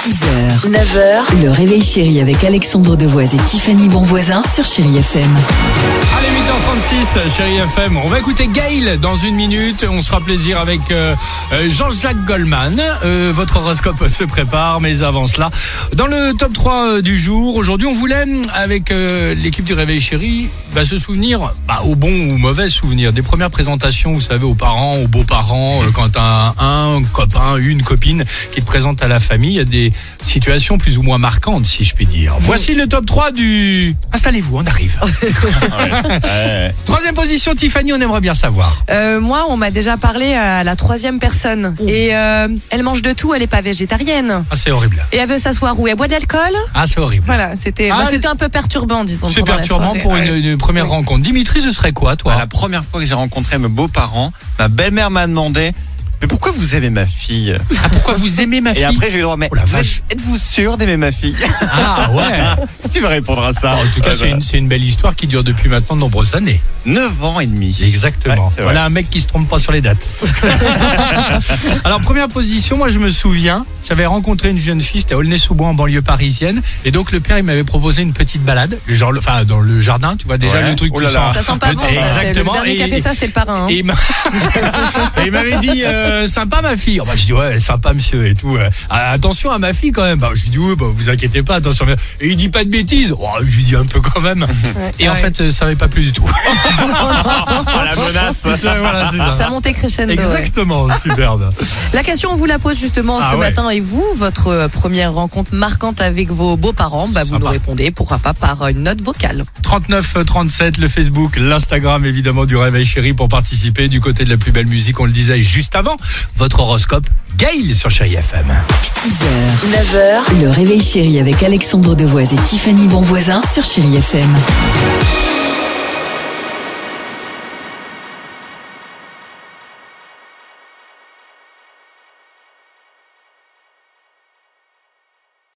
6h, 9h, le réveil chéri avec Alexandre Devoise et Tiffany Bonvoisin sur Chéri FM. Allez 8h36, chérie FM, on va écouter Gail dans une minute, on se fera plaisir avec euh, euh, Jean-Jacques Goldman, Euh, votre horoscope se prépare, mais avant cela, dans le top 3 euh, du jour, aujourd'hui on voulait, avec euh, l'équipe du Réveil Chéri, bah, se souvenir, bah, au bon ou mauvais souvenir, des premières présentations, vous savez, aux parents, aux beaux-parents, euh, quand un, un copain, une copine qui te présente à la famille, il y a des situations plus ou moins marquantes, si je puis dire. Voici le top 3 du... Installez-vous, on arrive. Troisième position, Tiffany, on aimerait bien savoir. Euh, moi, on m'a déjà parlé à la troisième personne. Et euh, elle mange de tout, elle est pas végétarienne. Ah, c'est horrible. Et elle veut s'asseoir où Elle boit de l'alcool Ah, c'est horrible. Voilà, c'était Ah, bah, c'était un peu perturbant, disons. C'est pendant la perturbant soirée, pour ouais. une, une première rencontre. Dimitri, ce serait quoi, toi Bah, la première fois que j'ai rencontré mes beaux-parents, ma belle-mère m'a demandé Mais pourquoi vous aimez ma fille Ah, Pourquoi vous aimez ma Et fille après, j'ai eu le droit Mais Oh la vous êtes- vache. êtes-vous sûr d'aimer ma fille Ah ouais Si tu vas répondre à ça. Oh, En tout cas, c'est une, c'est une belle histoire qui dure depuis maintenant de nombreuses années. 9 ans et demi. Exactement. Ouais, c'est vrai. voilà un mec qui se trompe pas sur les dates. Alors, première position, moi je me souviens, j'avais rencontré une jeune fille, c'était à Aulnay-sous-Bois en banlieue parisienne, et donc le père il m'avait proposé une petite balade, genre, le- enfin dans le jardin, tu vois déjà Ouais. le truc Oh tu là là. sens- Ça sent pas le- bon, ça. c'est- Exactement. Le dernier Et- qui a fait ça, c'est le parrain. hein. Et il m'a- et il m'avait dit euh, sympa ma fille. Oh, bah, je dis ouais sympa monsieur et tout. euh, Ah, attention à ma fille quand même. Bah, je lui dis oui bah, vous inquiétez pas attention. Et il dit pas de bêtises. Oh, je lui dis un peu quand même. Et en Ouais. fait euh, ça n'avait pas plus du tout. Ah, la menace Voilà, c'est ça. Ça montait crescendo. ouais. Exactement superbe. La question, on vous la pose justement Ah ce ouais. matin. Et vous, votre euh, première rencontre marquante avec vos beaux-parents, bah, vous nous Sympa. répondez, pourquoi pas, par euh, une note vocale. 39 37 le Facebook, l'Instagram évidemment du réveil chéri pour participer du côté de la plus belle musique. On le disait juste avant votre horoscope. Gail sur Chéri FM. 6h, 9h, le réveil chéri avec Alexandre Devoise et Tiffany Bonvoisin sur Chéri FM.